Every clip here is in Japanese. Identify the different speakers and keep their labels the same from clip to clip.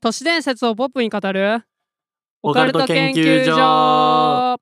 Speaker 1: 都市伝説をポップに語る
Speaker 2: オカルト研究所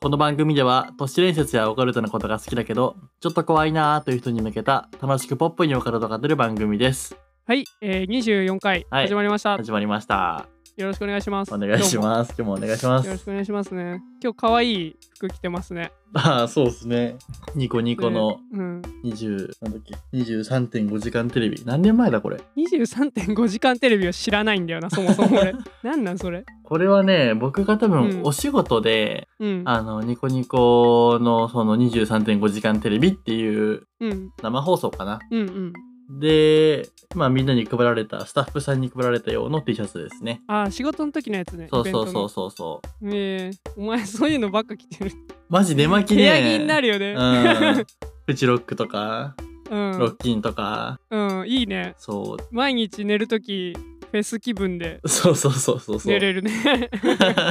Speaker 2: この番組では都市伝説やオカルトのことが好きだけどちょっと怖いなーという人に向けた楽しくポップにオカルトが出る番組です
Speaker 1: はい、えー、24回
Speaker 2: はい
Speaker 1: 始まりました、
Speaker 2: 始まりました
Speaker 1: よろしくお願いします
Speaker 2: お願いします今日もお願いし
Speaker 1: ど
Speaker 2: ま
Speaker 1: うもよろし
Speaker 2: す
Speaker 1: くお願いしますね今日可愛い服着てますね
Speaker 2: ああそうですねニコニコの
Speaker 1: ねうん、
Speaker 2: 20なんだっけ23.5時間テレビ何年前だこれ
Speaker 1: 23.5時間テレビを知らないんだよなそもそも 俺なんなんそれ
Speaker 2: これはね僕が多
Speaker 1: う
Speaker 2: 分
Speaker 1: ん
Speaker 2: お仕事で、
Speaker 1: うん
Speaker 2: あのニコニコのその23.5時間テレビっていう
Speaker 1: うん
Speaker 2: 生放送かな
Speaker 1: うんうん
Speaker 2: で、まあみんなに配られた、スタッフさんに配られた用の T シャツですね。
Speaker 1: あー仕事の時のやつね
Speaker 2: そうそうそう
Speaker 1: そ
Speaker 2: そうそう
Speaker 1: えー、お前そういうのばっか着 てる
Speaker 2: う。マジ寝巻き
Speaker 1: 部
Speaker 2: ね。
Speaker 1: 屋着になるよね
Speaker 2: うん。フジロックとか、
Speaker 1: うん、
Speaker 2: ロッキンとか、
Speaker 1: うん、いいね
Speaker 2: そ
Speaker 1: 毎日寝る時フェス気分で
Speaker 2: う、そうそうそうそうそう。
Speaker 1: 寝れるね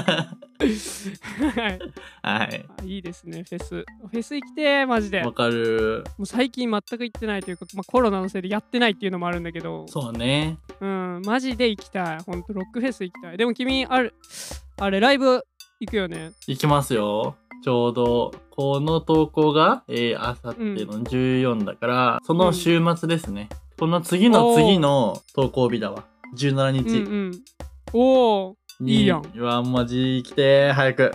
Speaker 1: はい
Speaker 2: はい。
Speaker 1: あいいですねフェスフェス行きてーマジで
Speaker 2: わ
Speaker 1: も
Speaker 2: かる。
Speaker 1: う最近全く行ってないというか、まあ、コロナのせいでやってないっていうのもあるんだけど
Speaker 2: そうね。
Speaker 1: うんマジで行きたいほんとロックフェス行きたいでも君あるあれライブ行くよね
Speaker 2: いきますよ。ちょうど、この投稿が、えー、あさっての14だから、その週末ですね。この次の次の投稿日だわ。17
Speaker 1: うんう
Speaker 2: 日
Speaker 1: んおおいい
Speaker 2: に、
Speaker 1: や
Speaker 2: ワ
Speaker 1: ん
Speaker 2: ンマジ来て、早く。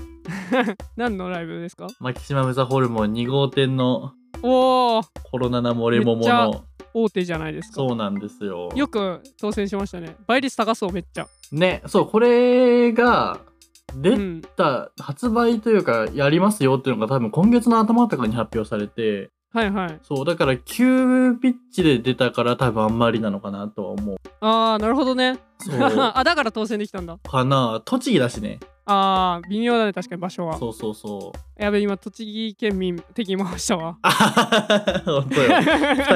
Speaker 1: 何のライブですか
Speaker 2: マキシマムザホルモン2号店の
Speaker 1: おお
Speaker 2: コロナな漏れ桃
Speaker 1: め
Speaker 2: の
Speaker 1: 大手じゃないですか
Speaker 2: そうなんですよ。
Speaker 1: よく当選しましたね倍率高そうめっちゃ
Speaker 2: ね、そう、これが
Speaker 1: う
Speaker 2: 出
Speaker 1: ん
Speaker 2: た、発売というか、やりますよっていうのが多分今月の頭とかに発表されて、
Speaker 1: はいはい
Speaker 2: そう、だから急ピッチで出たから多分あんまりなのかなとは思う。
Speaker 1: ああなるほどね
Speaker 2: そ う
Speaker 1: あだから当選できたんだ
Speaker 2: かな 栃木だしね。
Speaker 1: あー微妙だね確かに場所は
Speaker 2: そうそうそう。
Speaker 1: やべ今栃木県民敵回したわ
Speaker 2: あはははは、本当よ。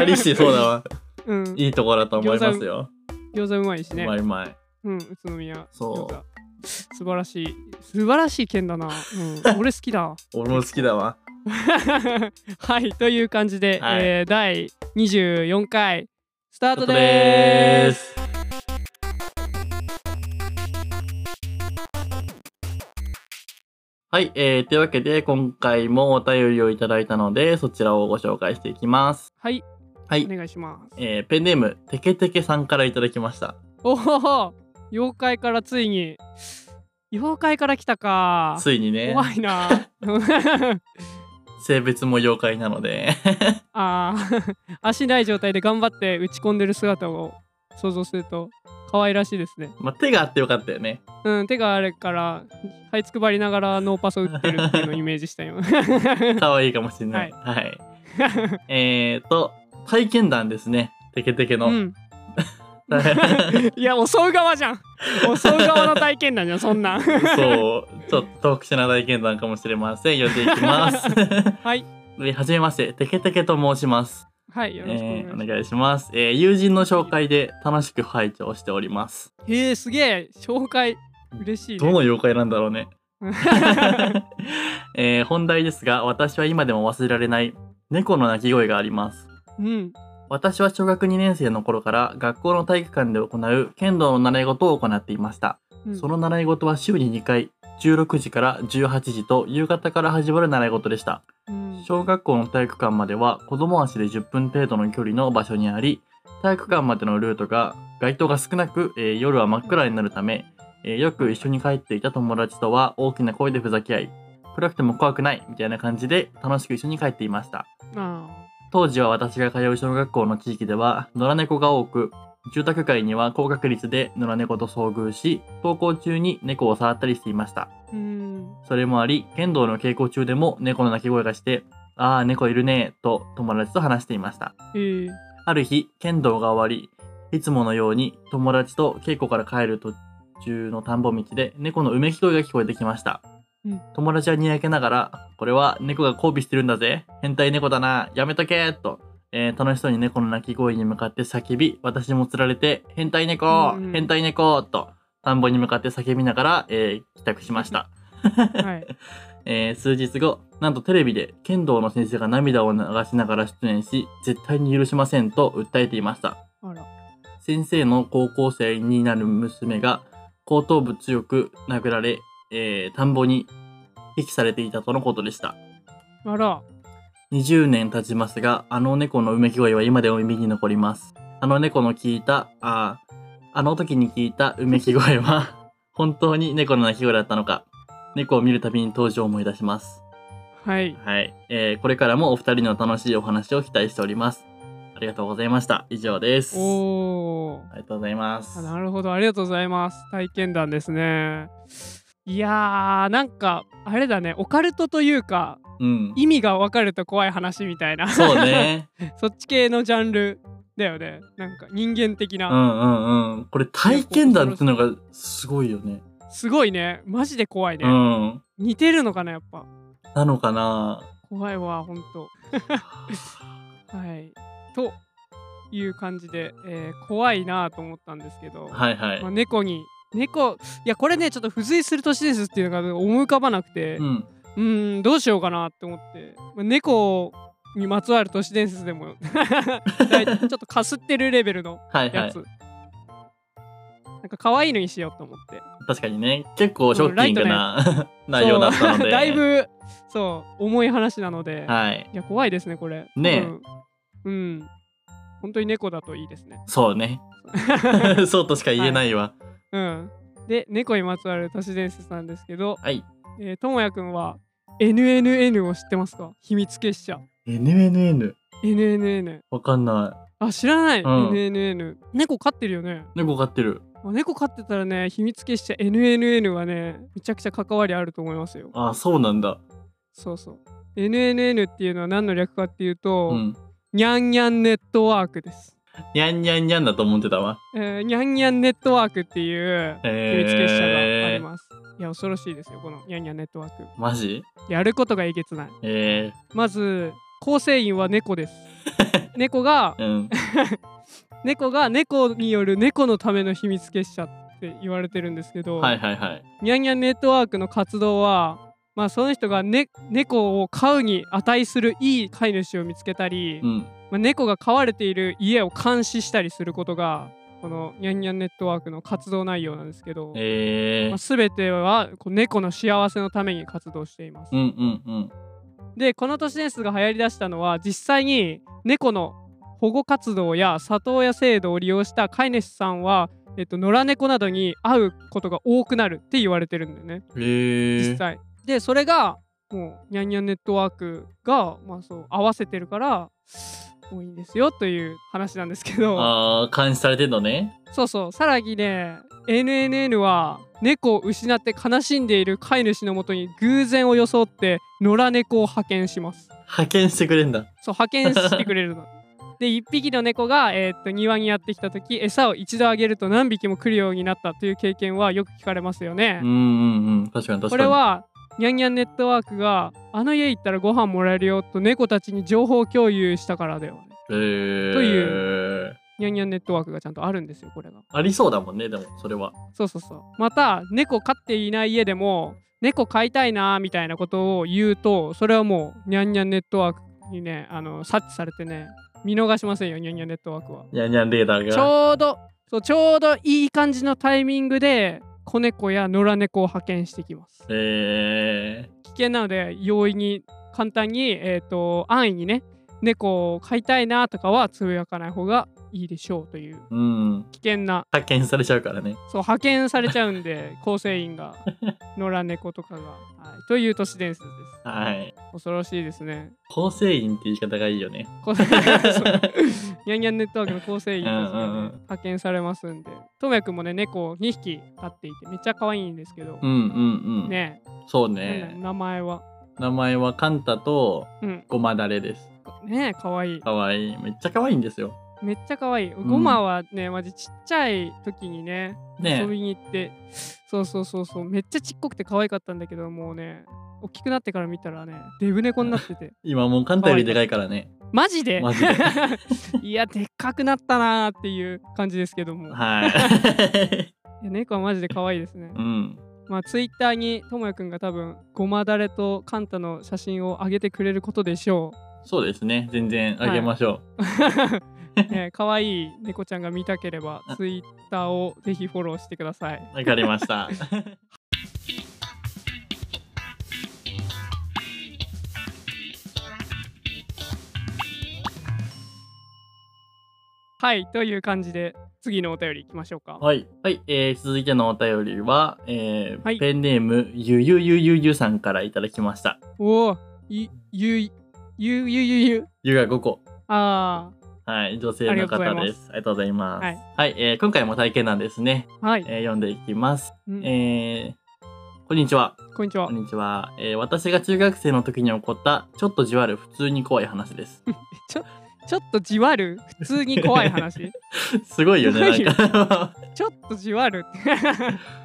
Speaker 2: 二人してそうだわ。
Speaker 1: うん餃
Speaker 2: いいとこだと思いますよ。
Speaker 1: 子うまいし
Speaker 2: う
Speaker 1: ね
Speaker 2: まいうまい。
Speaker 1: うん宇都宮
Speaker 2: そう
Speaker 1: 餃子素晴らしい素晴らしい県だな、うん、俺好きだ
Speaker 2: 俺も好きだわ。
Speaker 1: はいという感じで、
Speaker 2: はい
Speaker 1: えー第24回スター
Speaker 2: あ
Speaker 1: ト
Speaker 2: と
Speaker 1: で
Speaker 2: で
Speaker 1: ー
Speaker 2: ー
Speaker 1: す
Speaker 2: す。はい、えー、というわけで今回もお便りをいただいたのでそちらをご紹介していきます。
Speaker 1: はいお
Speaker 2: はい、
Speaker 1: 願いします
Speaker 2: えー、ペンネームテケテケさんからいただきました。
Speaker 1: おお妖怪からついに妖怪から来たか
Speaker 2: ついにね、
Speaker 1: 怖い な
Speaker 2: 性別も妖怪なので、
Speaker 1: あー 足ない状態で頑張って打ち込んでる姿を想像すると可愛らしいですね。
Speaker 2: まあ、手があってよかった よね。
Speaker 1: うん、手があれから、這いつくばりながらノーパスを打ってるっていうのをイメージしたよ。
Speaker 2: 可愛いかもしれない。はい。えーと体験談ですね。テケテケ の。
Speaker 1: うん、 いや、襲う側じゃん。襲う側の体験なんじゃん、そんなん。
Speaker 2: そう、ちょっと特殊な体験談かもしれません。読んでいき ます。
Speaker 1: はい。
Speaker 2: えはじめまして、テケテケと申します。
Speaker 1: はい、よろしくお願い
Speaker 2: え
Speaker 1: しま
Speaker 2: ー
Speaker 1: す。
Speaker 2: お願いします、えー友人の紹介で楽しく拝聴しております。
Speaker 1: へえ、すげえ、紹介、嬉しい、
Speaker 2: ど
Speaker 1: ね。
Speaker 2: の妖怪なんだろうね。 えー本題ですが、私は今でも忘れられない猫の鳴き声があります。
Speaker 1: うん、
Speaker 2: 私は小学2年生の頃から学校の体育館で行う剣道の習い事を行っていました。
Speaker 1: うん
Speaker 2: その習い事は週に2回、16時から18時と夕方から始まる習い事でした。
Speaker 1: うん
Speaker 2: 小学校の体育館までは子供足で10分程度の距離の場所にあり体育館までのルートが街灯が少なく、えー夜は真っ暗になるため、えーよく一緒に帰っていた友達とは大きな声でふざけ合い暗くても怖くないみたいな感じで楽しく一緒に帰っていました
Speaker 1: あ
Speaker 2: 当時は私が通う小学校の地域では野良猫が多く住宅街には高確率で野良猫と遭遇し登校中に猫を触ったりしていました
Speaker 1: ーうん、
Speaker 2: それもあり、剣道の稽古中でも猫の鳴き声がして、ああ、猫いるねーと友達と話していました。
Speaker 1: えー、
Speaker 2: ある日、剣道が終わり、いつものように友達と稽古から帰る途中の田んぼ道で猫のうめき声が聞こえてきました。
Speaker 1: うん
Speaker 2: 友達はにやけながら、これは猫が交尾してるんだぜ。変態猫だな。やめとけーと。えー楽しそうに猫の鳴き声に向かって叫び、私もつられて、変態猫
Speaker 1: うんうん
Speaker 2: 変態猫と、田んぼに向かって叫びながら、えー帰宅しました。
Speaker 1: はい。
Speaker 2: えー数日後、なんとテレビで剣道の先生が涙を流しながら出演し、絶対に許しませんと訴えていました。
Speaker 1: あら。
Speaker 2: 先生の高校生になる娘が後頭部強く殴られ、えー田んぼに遺棄されていたとのことでした。
Speaker 1: あら、
Speaker 2: 20年経ちますが、あの猫のうめき声は今でも耳に残ります。あの猫の聞いた、あーあの時に聞いたうめき声は、本当に猫の鳴き声だったのか、猫を見るたびに当時を思い出します。
Speaker 1: はい。
Speaker 2: はい、えーこれからもお二人の楽しいお話を期待しております。ありがとうございました。以上です。あ
Speaker 1: おー。
Speaker 2: りがとうございます
Speaker 1: あ。なるほどありがとうございます体験談ですねいやーなんかあれだねオカルトというか
Speaker 2: うん。
Speaker 1: 意味が分かると怖い話みたいな
Speaker 2: そうね。
Speaker 1: そっち系のジャンルだよねなんか人間的
Speaker 2: う
Speaker 1: な、
Speaker 2: んうんうん。これ体験談ってのがすごいよね。
Speaker 1: すごいねマジで怖いね、
Speaker 2: うん。
Speaker 1: 似てるのかなやっぱ
Speaker 2: なの かな
Speaker 1: 怖いわほんとはいという感じで、えー怖いなと思ったんですけど、
Speaker 2: はいはい
Speaker 1: まあ、。猫に猫いやこれねちょっと付随する年ですっていうのが思い浮かばなくて、
Speaker 2: うん。
Speaker 1: うーんどうしようかなって思ってまあ猫にまつわる都市伝説でも 大ちょっとかすってるレベルの
Speaker 2: はいは
Speaker 1: や
Speaker 2: い
Speaker 1: つ、。なんか可愛いのにしようと思って
Speaker 2: 確かにね、結構ショッキングな 内容だったの
Speaker 1: そう
Speaker 2: で。
Speaker 1: だい。ぶそう重い話なので、い、
Speaker 2: はい。
Speaker 1: や怖いですねこれう
Speaker 2: ねえ
Speaker 1: ん、うん、本当に猫だといいです ね
Speaker 2: そ うね。そうとしか言えないわ。
Speaker 1: うんで猫にまつわる都市伝説なんですけど
Speaker 2: はい。
Speaker 1: えーともやくんは NNN を知ってますか秘密結社
Speaker 2: NNN。
Speaker 1: NNN
Speaker 2: わかんな
Speaker 1: あ知らない、
Speaker 2: うん
Speaker 1: NNN 猫飼ってるよね
Speaker 2: い。猫飼ってる。
Speaker 1: あ猫飼ってたらね秘密結社 NNN はねめちゃくちゃ関わりあると思いますよ
Speaker 2: あ、そうなんだ。
Speaker 1: そうそう NNN っていうのは何の略かっていうと、
Speaker 2: うん。
Speaker 1: にゃんにゃんネットワークです、
Speaker 2: にゃんにゃんにゃんだと思ってたわ。
Speaker 1: えー、にゃんにゃんネットワークっていう秘密結社があ
Speaker 2: え
Speaker 1: り
Speaker 2: ー。
Speaker 1: ます、いや恐ろしいですよこのにゃんにゃんネットワーク
Speaker 2: マジ
Speaker 1: やることがえげつない
Speaker 2: え
Speaker 1: まず構成員は猫 です猫が
Speaker 2: ー。うん。
Speaker 1: 猫が猫による猫のための秘密結社って言われてるんですけど、
Speaker 2: はいはいはい。
Speaker 1: ニャンニャンネットワークの活動は、まあ、その人が、ね、猫を飼うに値するいい飼い主を見つけたり、
Speaker 2: う
Speaker 1: ま
Speaker 2: ん。
Speaker 1: あ、猫が飼われている家を監視したりすることがこのニャンニャンネットワークの活動内容なんですけど、
Speaker 2: え
Speaker 1: まあ、
Speaker 2: ー。
Speaker 1: 全てはこう猫の幸せのために活動しています。
Speaker 2: うんうんうん。
Speaker 1: でこの都市伝説が流行りだしたのは実際に猫の保護活動や里親制度を利用した飼い主さんは、えっと、野良猫などに会うことが多くなるって言われてるんだよね。
Speaker 2: えー。
Speaker 1: 実際でそれがもうニャンニャンネットワークが、まあ、そう合わせてるから多いんですよという話なんですけど
Speaker 2: あー、監視されてんのね。
Speaker 1: そうそうさらにね NNN は猫を失って悲しんでいる飼い主のもとに偶然を装って野良猫を派遣します
Speaker 2: 派遣してくれんだ。
Speaker 1: そう派遣してくれるので1匹の猫が、えーっと庭にやってきた時餌を一度あげると何匹も来るようになったという経験はよく聞かれますよね、
Speaker 2: うんうんうん。確かに確かに。
Speaker 1: これはニャンニャンネットワークがあの家行ったらご飯もらえるよと猫たちに情報共有したからだよね
Speaker 2: えー。
Speaker 1: と
Speaker 2: いう。
Speaker 1: ニャンニャンネットワークがちゃんとあるんですよこれが
Speaker 2: ありそうだもんね、でも、それは。
Speaker 1: そうそうそうまた猫飼っていない家でも猫飼いたいなーみたいなことを言うとそれはもうニャンニャンネットワークにねあの察知されてね見逃しませんよニャンニャンネットワークは
Speaker 2: にゃんにゃんレーダー
Speaker 1: ち
Speaker 2: が。
Speaker 1: ょうどそうちょうどいい感じのタイミングで子猫や野良猫を派遣してきます
Speaker 2: え
Speaker 1: 危険なので容易に簡単に、えー、と安易にね猫を飼いたいなとかはつぶやかない方がいいでしょうという
Speaker 2: ー、うん。
Speaker 1: 危険な
Speaker 2: 発見されちゃうからね。
Speaker 1: そう派遣されちゃうんで構成員が野良猫とか が、はい、という都市伝説です
Speaker 2: はい。
Speaker 1: 恐ろしいですね
Speaker 2: 構成員っていう言い方がいいよね。
Speaker 1: こそうニャンニャンネットワークの構成員たちがね、
Speaker 2: うんうんうん
Speaker 1: 派遣されますんでともやくんもね猫を2匹飼っていてめっちゃ可愛いんですけど
Speaker 2: う、んうんうん。
Speaker 1: ね
Speaker 2: そう
Speaker 1: え、なん
Speaker 2: ね。
Speaker 1: だ名前は
Speaker 2: 名前はカンタと
Speaker 1: うん
Speaker 2: ゴマダレです。
Speaker 1: ねえ可愛い
Speaker 2: かわいい。めっちゃかわいいんですよ。
Speaker 1: めっちゃ可愛い
Speaker 2: ん
Speaker 1: ゴマはね、マジちっちゃい時にね遊
Speaker 2: ね
Speaker 1: びに行ってそうそうそうそうめっちゃちっこくて可愛かったんだけどもうね大きくなってから見たらねデブ猫になって て
Speaker 2: 今もうカンタよりでかいからね。
Speaker 1: マジで
Speaker 2: マジで
Speaker 1: いやでっかくなったなーっていう感じですけども、
Speaker 2: はい。
Speaker 1: いや猫はマジで可愛いですね
Speaker 2: うん。
Speaker 1: まあツイッターにともやくんが多分ゴマだれとカンタの写真を上げてくれることでしょう
Speaker 2: そうですね。全然あげましょう。
Speaker 1: ね、可愛い猫ちゃんが見たければ、ツイッターをぜひフォローしてください。
Speaker 2: わかりま した。
Speaker 1: はい、という感じで、次のお便り行きましょうか。
Speaker 2: はい。はい、えー続いてのお便りは、えー
Speaker 1: はい
Speaker 2: ペンネーム、ゆゆゆゆゆさんからいただきました。
Speaker 1: おお、いゆい、ゆゆゆゆ。
Speaker 2: ゆが5個。
Speaker 1: あ
Speaker 2: はい、女性の方です。ありがとうございます。
Speaker 1: は
Speaker 2: はいい、えー今回も体験談ですね、
Speaker 1: あ、はい、
Speaker 2: えー読んでいきます。
Speaker 1: うん
Speaker 2: えーこんにちは。
Speaker 1: こんにちは
Speaker 2: こん。にちは、えー私が中学生の時に起こった、ちょっとじわる普通に怖い話です。
Speaker 1: ちょ、ちょっとじわる、普通に怖い 話。
Speaker 2: すごいよね、なんか。
Speaker 1: ちょっとじわる って。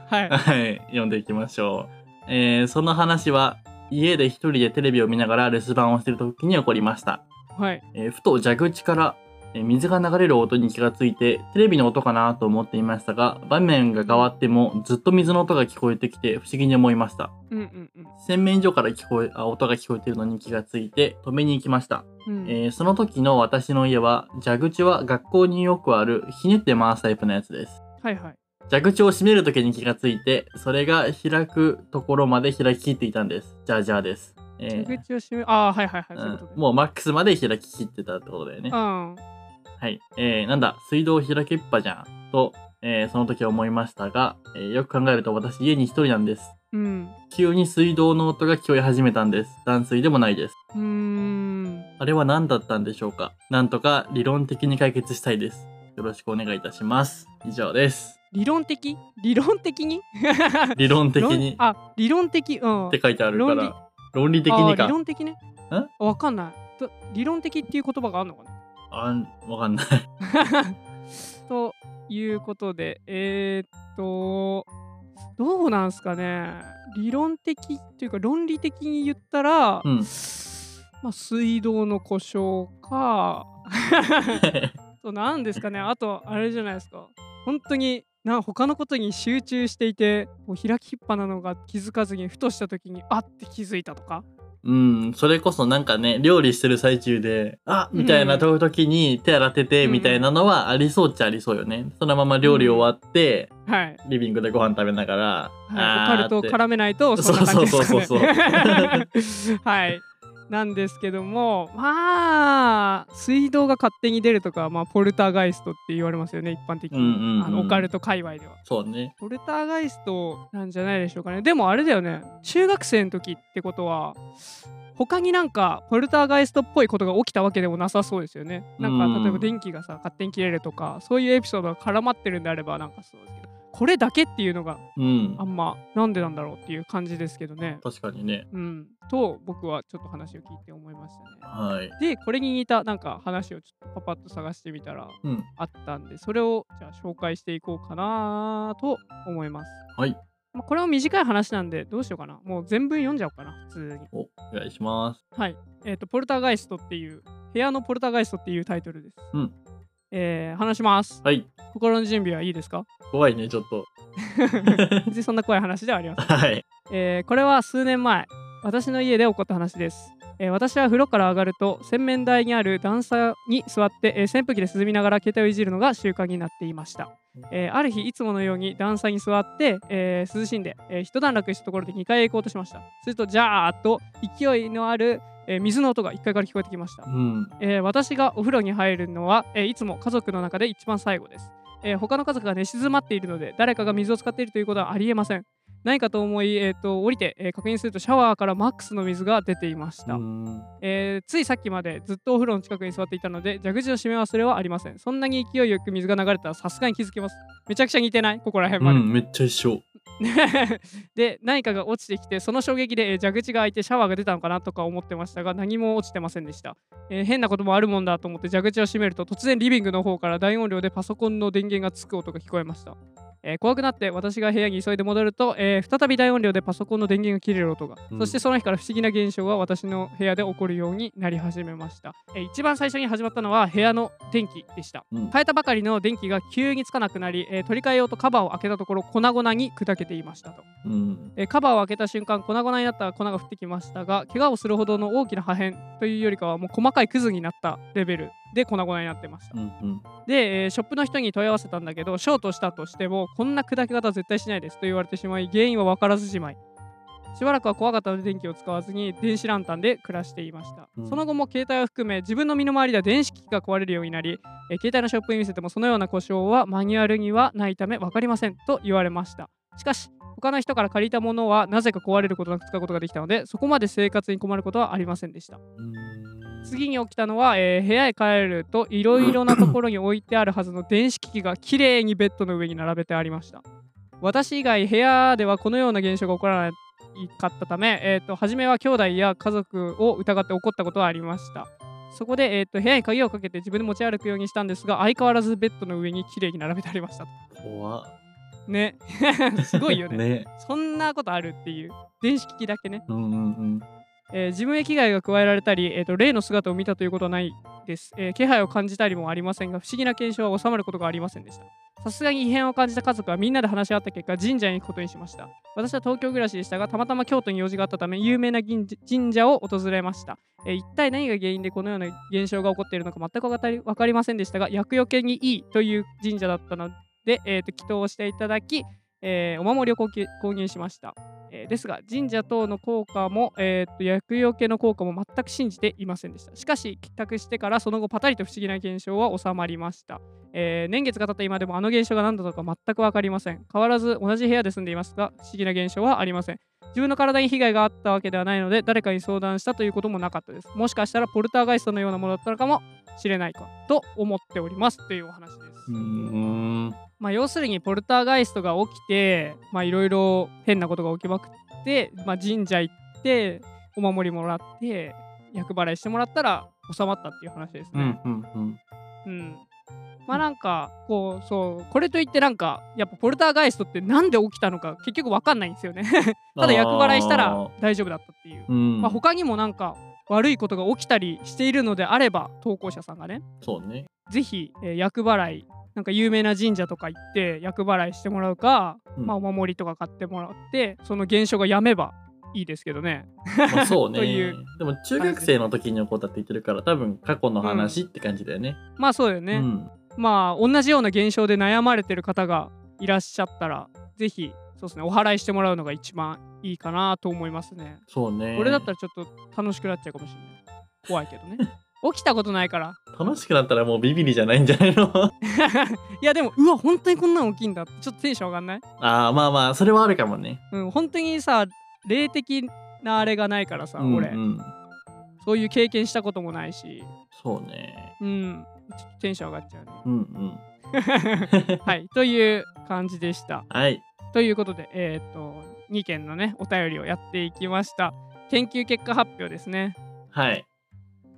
Speaker 1: はい。
Speaker 2: はい、読んでいきましょう。えーその話は、家で一人でテレビを見ながら留守番をしている時に起こりました。
Speaker 1: はい。
Speaker 2: えーふと蛇口から、えー水が流れる音に気がついて、テレビの音かなと思っていましたが、場面が変わってもずっと水の音が聞こえてきて不思議に思いました。
Speaker 1: うんうんうん
Speaker 2: 洗面所から聞こえ、あ音が聞こえているのに気がついて止めに行きました。。
Speaker 1: うん
Speaker 2: えーその時の私の家は、蛇口は学校によくあるひねって回すタイプのやつです。
Speaker 1: はいはい。
Speaker 2: 蛇口を閉める時に気がついて、それが開くところまで開ききっていたんです。じゃあじゃあです。えー
Speaker 1: 蛇口を閉め、ああ、はいはいはい。そういうことで。
Speaker 2: うんもうマックスまで開ききってたってことだよね。
Speaker 1: うん。
Speaker 2: はい。えー、なんだ、水道開けっぱじゃん。と、えーその時は思いましたが、えーよく考えると私家に一人なんです。
Speaker 1: うん。
Speaker 2: 急に水道の音が聞こえ始めたんです。断水でもないです。
Speaker 1: うーん。
Speaker 2: あれは何だったんでしょうかなんとか理論的に解決したいです。よろしくお願いいたします。以上です。
Speaker 1: 理論的理論的に
Speaker 2: 理論的
Speaker 1: 論
Speaker 2: にっ
Speaker 1: あ、理論的。うん。
Speaker 2: て書いてあるから、
Speaker 1: 論
Speaker 2: 論
Speaker 1: 理
Speaker 2: 理的に
Speaker 1: あー理
Speaker 2: か。
Speaker 1: 論的ね。あわかんない。と理論的っていう言葉があるのかな
Speaker 2: あん、わかんない。
Speaker 1: ということで、えー、っと、どうなんすかね。理論的っていうか論理的に言ったら、
Speaker 2: うん
Speaker 1: まあ水道の故障 か、と何ですかね。あと、あれじゃないですか。本当にな他のことに集中していてこう開きっぱなのが気づかずにふとした時にあって気づいたとか
Speaker 2: うん、それこそなんかね、料理してる最中で、あみたいな時に手洗ってて、
Speaker 1: うん
Speaker 2: みたいなのはありそうっちゃありそうよね。そのまま料理終わって、
Speaker 1: はい
Speaker 2: リビングでご飯食べながら、
Speaker 1: はい、オカルトを
Speaker 2: ら
Speaker 1: 絡めないとそんな感じですかね。
Speaker 2: そうそうそう
Speaker 1: そう はいなんですけどもまあ水道が勝手に出るとか、まあ、ポルターガイストって言われますよね一般的に、
Speaker 2: うんうんうん
Speaker 1: あのオカルト界隈では。
Speaker 2: そうね。
Speaker 1: ポルターガイストなんじゃないでしょうかねでもあれだよね中学生の時ってことは他になんかポルターガイストっぽいことが起きたわけでもなさそうですよねなんか
Speaker 2: うん
Speaker 1: 例えば電気がさ勝手に切れるとかそういうエピソードが絡まってるんであればなんかそうですけどこれだけっていうのが
Speaker 2: うん
Speaker 1: あ。んまなんでなんだろうっていう感じですけどね。
Speaker 2: 確かにね。
Speaker 1: うん、と僕はちょっと話を聞いて思いましたね。
Speaker 2: はい。
Speaker 1: でこれに似たなんか話をちょっとパパッと探してみたら
Speaker 2: うん。
Speaker 1: あったんでそれをじゃあ紹介していこうかなと思います。
Speaker 2: はい。
Speaker 1: まあ、これも短い話なんでどうしようかなもう全文読んじゃおうかな普通に。
Speaker 2: お、お願いします。
Speaker 1: はい。えっ、と、ポルターガイストっていう、部屋のポルターガイストっていうタイトルです。
Speaker 2: うん
Speaker 1: えー話します。
Speaker 2: はい。
Speaker 1: 心の準備はいいですか
Speaker 2: 怖いね、ちょっ と。
Speaker 1: 別にそんな怖い話ではありません
Speaker 2: はい。
Speaker 1: えーこれは数年前私の家で起こった話です、えー私は風呂から上がると洗面台にある段差に座って、えー扇風機で涼みながら携帯をいじるのが習慣になっていました、えーある日いつものように段差に座って、えー涼しんで、えー一段落したところで2階へ行こうとしましたするとジャーッと勢いのある、えー水の音が1階から聞こえてきました
Speaker 2: うん。
Speaker 1: えー私がお風呂に入るのは、えーいつも家族の中で一番最後です、えー他の家族が寝静まっているので誰かが水を使っているということはありえません何かと思い、えー、と降りて、えー確認するとシャワーからマックスの水が出ていました、
Speaker 2: うん
Speaker 1: えーついさっきまでずっとお風呂の近くに座っていたので蛇口を閉め忘れはありませんそんなに勢いよく水が流れたらさすがに気づきますめちゃくちゃ似てないここら辺ま
Speaker 2: う
Speaker 1: で、
Speaker 2: ん、めっちゃ一緒。
Speaker 1: で 何かが落ちてきてその衝撃でえー蛇口が開いてシャワーが出たのかなとか思ってましたが何も落ちてませんでした、えー変なこともあるもんだと思って蛇口を閉めると突然リビングの方から大音量でパソコンの電源がつく音が聞こえました、えー怖くなって私が部屋に急いで戻ると、えー再び大音量でパソコンの電源が切れる音が、
Speaker 2: うん
Speaker 1: そしてその日から不思議な現象が私の部屋で起こるようになり始めました、えー一番最初に始まったのは部屋の電気でした
Speaker 2: うん。
Speaker 1: 変えたばかりの電気が急につかなくなり、えー取り替えようとカバーを開けたところ粉々に砕けていましたと、
Speaker 2: うん。
Speaker 1: えーカバーを開けた瞬間粉々になった粉が降ってきましたが怪我をするほどの大きな破片というよりかはもう細かいクズになったレベルで粉々になってました
Speaker 2: うんうん
Speaker 1: で、えーショップの人に問い合わせたんだけどショートしたとしてもこんな砕け方は絶対しないですと言われてしまい原因は分からずじまいしばらくは怖かったので電気を使わずに電子ランタンで暮らしていました、
Speaker 2: うん
Speaker 1: その後も携帯を含め自分の身の回りでは電子機器が壊れるようになり、えー携帯のショップに見せてもそのような故障はマニュアルにはないため分かりませんと言われましたしかし他の人から借りたものはなぜか壊れることなく使うことができたのでそこまで生活に困ることはありませんでした
Speaker 2: うん
Speaker 1: 次に起きたのは、えー部屋へ帰るといろいろなところに置いてあるはずの電子機器がきれいにベッドの上に並べてありました私以外部屋ではこのような現象が起こらないかったため、えー、と初めは兄弟や家族を疑って怒ったことはありましたそこで、えー、と部屋に鍵をかけて自分で持ち歩くようにしたんですが相変わらずベッドの上にきれいに並べてありました
Speaker 2: 怖っ
Speaker 1: ね すごいよね
Speaker 2: ね
Speaker 1: そんなことあるっていう電子機器だけね
Speaker 2: うんうんうん
Speaker 1: えー自分へ危害が加えられたり、えー、と霊の姿を見たということはないです、えー気配を感じたりもありませんが不思議な現象は収まることがありませんでしたさすがに異変を感じた家族はみんなで話し合った結果神社に行くことにしました私は東京暮らしでしたがたまたま京都に用事があったため有名な銀神社を訪れました、えー一体何が原因でこのような現象が起こっているのか全くわたりわかりませんでしたが厄除けにいいという神社だったので、えーと祈祷をしていただき、えーお守りを購入購入しましたえーですが神社等の効果も、えー、と薬用系の効果も全く信じていませんでしたしかし帰宅してからその後パタリと不思議な現象は収まりました、えー年月が経った今でもあの現象が何だとか全く分かりません変わらず同じ部屋で住んでいますが不思議な現象はありません自分の体に被害があったわけではないので誰かに相談したということもなかったですもしかしたらポルターガイストのようなものだったのかもしれないかと思っておりますというお話です、
Speaker 2: うん
Speaker 1: まあ、要するにポルターガイストが起きてまあいろいろ変なことが起きまくって、まあ、神社行ってお守りもらって厄払いしてもらったら収まったっていう話です
Speaker 2: う
Speaker 1: ね。
Speaker 2: んうんうん
Speaker 1: うんまあなんかこうそうこれといってなんかやっぱポルターガイストってなんで起きたのか結局わかんないんです よね。ただ厄払いした
Speaker 2: あ
Speaker 1: ら
Speaker 2: ー
Speaker 1: 大丈夫だったっていう。
Speaker 2: うん
Speaker 1: まあ、他にもなんか悪いことが起きたりしているのであれば投稿者さんがね
Speaker 2: そうね
Speaker 1: ぜひ、えー、厄払いなんか有名な神社とか行って厄払いしてもらうか、
Speaker 2: うん
Speaker 1: まあ、お守りとか買ってもらってその現象がやめばいいですけどね
Speaker 2: まあそうね
Speaker 1: という
Speaker 2: でも中学生の時に起こったって言ってるから多分過去の話って感じだよね
Speaker 1: まあそうだよ
Speaker 2: う
Speaker 1: ね、
Speaker 2: ん
Speaker 1: まあ同じような現象で悩まれてる方がいらっしゃったらぜひそうですねお祓いしてもらうのが一番いいかなと思いますね、
Speaker 2: そうね
Speaker 1: これだったらちょっと楽しくなっちゃうかもしれない怖いけど ね起きたことないから
Speaker 2: 楽しくなったらもうビビりじゃないんじゃないの
Speaker 1: いやでもうわ本当にこんなの起きんだってちょっとテンション上がんない
Speaker 2: ああまあまあそれはあるかもね
Speaker 1: うん、本当にさ霊的なあれがないからさ、
Speaker 2: うん
Speaker 1: 俺
Speaker 2: うん
Speaker 1: そういう経験したこともないし、
Speaker 2: そうね
Speaker 1: うん、ちょっとテンション上がっちゃうね。
Speaker 2: うんうん
Speaker 1: はい、という感じでした。
Speaker 2: はい
Speaker 1: ということで、えっ、と、2件のね、お便りをやっていきました。研究結果発表ですね。
Speaker 2: はい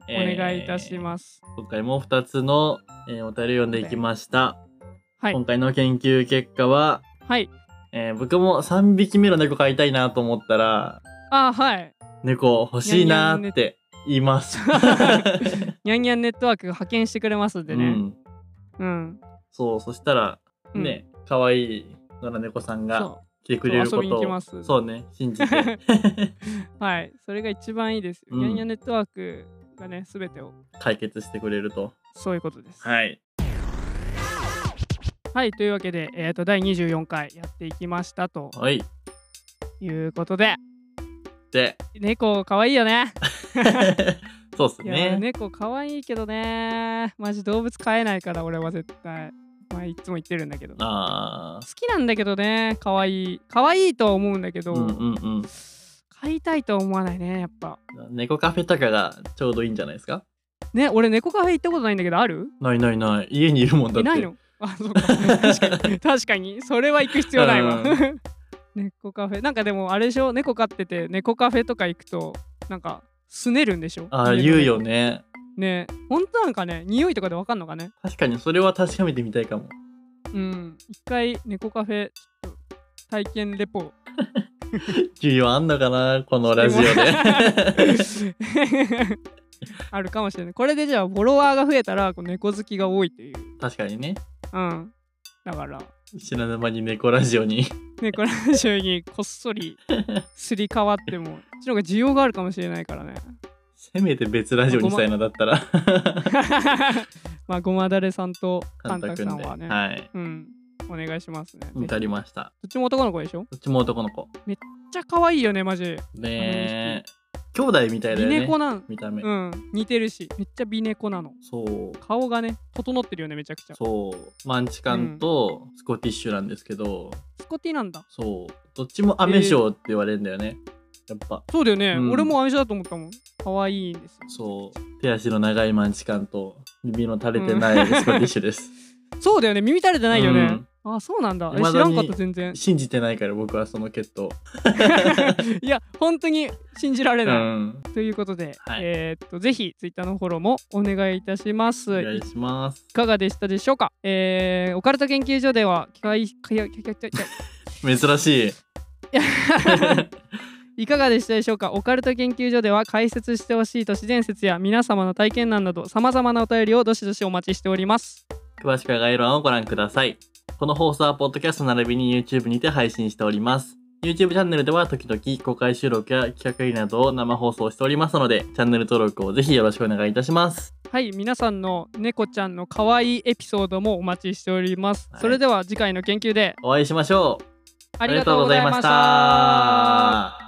Speaker 1: お願いいたします。
Speaker 2: す今回も2つの、えーお便りを読んでいきました、
Speaker 1: はい
Speaker 2: 今回の研究結果は、
Speaker 1: はい。
Speaker 2: えー僕も3匹目の猫飼いたいなと思ったら
Speaker 1: あー、はい。
Speaker 2: 猫欲しいなーって言います。
Speaker 1: にゃんにゃんネットワークが派遣してくれますん で
Speaker 2: う
Speaker 1: ね。
Speaker 2: ん、
Speaker 1: うん。
Speaker 2: そうそしたら
Speaker 1: うん
Speaker 2: ね可愛、いい野良猫さんが
Speaker 1: そ
Speaker 2: 来てくれる
Speaker 1: そう
Speaker 2: こ
Speaker 1: 遊びに
Speaker 2: と
Speaker 1: 来
Speaker 2: を
Speaker 1: ます
Speaker 2: そうね信じて
Speaker 1: う。はい。それが一番いいですよ。に
Speaker 2: うん
Speaker 1: ゃんにゃんネットワークがね、すべてを。
Speaker 2: 解決してくれると。
Speaker 1: そういうことです。
Speaker 2: はい。
Speaker 1: はい、というわけで、えー、と第24回やっていきましたと
Speaker 2: はい。
Speaker 1: いうことで
Speaker 2: で
Speaker 1: 猫かわいいよね
Speaker 2: そうっす
Speaker 1: いや
Speaker 2: ね。
Speaker 1: 猫かわいいけどねマジ動物飼えないから俺は絶対、まあ、いつも言ってるんだけど好
Speaker 2: ああ。
Speaker 1: きなんだけどねかわいいかわいいとは思うんだけど、
Speaker 2: うんうんうん。
Speaker 1: 飼いたいとは思わないねやっぱ
Speaker 2: 猫カフェとかがちょうどいいんじゃないですか
Speaker 1: ね俺猫カフェ行ったことないんだけどある
Speaker 2: ないないない。家にいるもんだって。
Speaker 1: いないの あそうか確かに 確かにそれは行く必要ないわ
Speaker 2: う
Speaker 1: 猫カフェなんかでもあれでしょ猫飼ってて猫カフェとか行くとなんかすねるんでしょ
Speaker 2: ああ、
Speaker 1: 家の
Speaker 2: 言うよね。
Speaker 1: ね本当なんかね匂いとかでわかんのかね
Speaker 2: 確かにそれは確かめてみたいかも。
Speaker 1: うん一回猫カフェちょっと体験レポ
Speaker 2: 需要あんのかなこのラジオで。
Speaker 1: あるかもしれないこれでじゃあフォロワーが増えたらこう猫好きが多いっていう
Speaker 2: 確かにね。
Speaker 1: うんだから
Speaker 2: 知らぬ間に猫ラジ オに。
Speaker 1: 猫ラジ オにこっそりすり替わってもそっちの方が需要があるかもしれないからね
Speaker 2: せせめて別ラジオにしたいなだったら
Speaker 1: まあごまだれさんとカ
Speaker 2: カ
Speaker 1: ン
Speaker 2: ン
Speaker 1: タ
Speaker 2: タ
Speaker 1: クさん
Speaker 2: 君で、
Speaker 1: はね、
Speaker 2: はい
Speaker 1: うんお願いしますねど
Speaker 2: 受かりました
Speaker 1: っちも男の子でしょめっ
Speaker 2: どっちも男の子
Speaker 1: ちゃ可愛いよねマジ
Speaker 2: ねえ兄弟みたい
Speaker 1: 美
Speaker 2: だよ
Speaker 1: 猫
Speaker 2: ね
Speaker 1: なん
Speaker 2: 見た目、
Speaker 1: うん似てるしめっちゃ美猫なの
Speaker 2: そう
Speaker 1: 顔がね整ってるよねめちゃくちゃ
Speaker 2: そうマンチカンとスコティッシュなんですけど、
Speaker 1: スコティなんだ
Speaker 2: そうどっちもアメショーって言われるんだよね、やっぱ
Speaker 1: そうだよね、
Speaker 2: うん
Speaker 1: 俺もアメ車だと思ったもん可愛いんですよ
Speaker 2: そう手足の長いマンチカンと耳の垂れてないスコティッシュです、
Speaker 1: そうだよね耳垂れて ないよね、あそうなんだえ
Speaker 2: 未だ
Speaker 1: 知
Speaker 2: に
Speaker 1: らんかった全 然
Speaker 2: 信じてないから僕はその血統
Speaker 1: いや本当に信じられ
Speaker 2: う
Speaker 1: ない、
Speaker 2: ん
Speaker 1: ということで、
Speaker 2: はい
Speaker 1: えーっとぜひツイッターのフォローもお願いいたします。
Speaker 2: お願
Speaker 1: い
Speaker 2: いします
Speaker 1: かがでしたでしょうか、えー、オカルト研究所では機械機械機械機械
Speaker 2: 珍し い
Speaker 1: いかがでしたでしょうかオカルト研究所では解説してほしい都市伝説や皆様の体験談など様々なお便りをどしどしお待ちしております。
Speaker 2: 詳しくは概要欄をご覧くださいこの放送はポッドキャスト並びに YouTube にて配信しております YouTube チャンネルでは時々公開収録や企画入りなどを生放送しておりますのでチャンネル登録をぜひよろしくお願いいたします
Speaker 1: はい、皆さんの猫ちゃんの可愛いエピソードもお待ちしております。
Speaker 2: はい
Speaker 1: それでは次回の研究で
Speaker 2: お会いしましょう
Speaker 1: ありがとうございました。
Speaker 2: ありがとうございました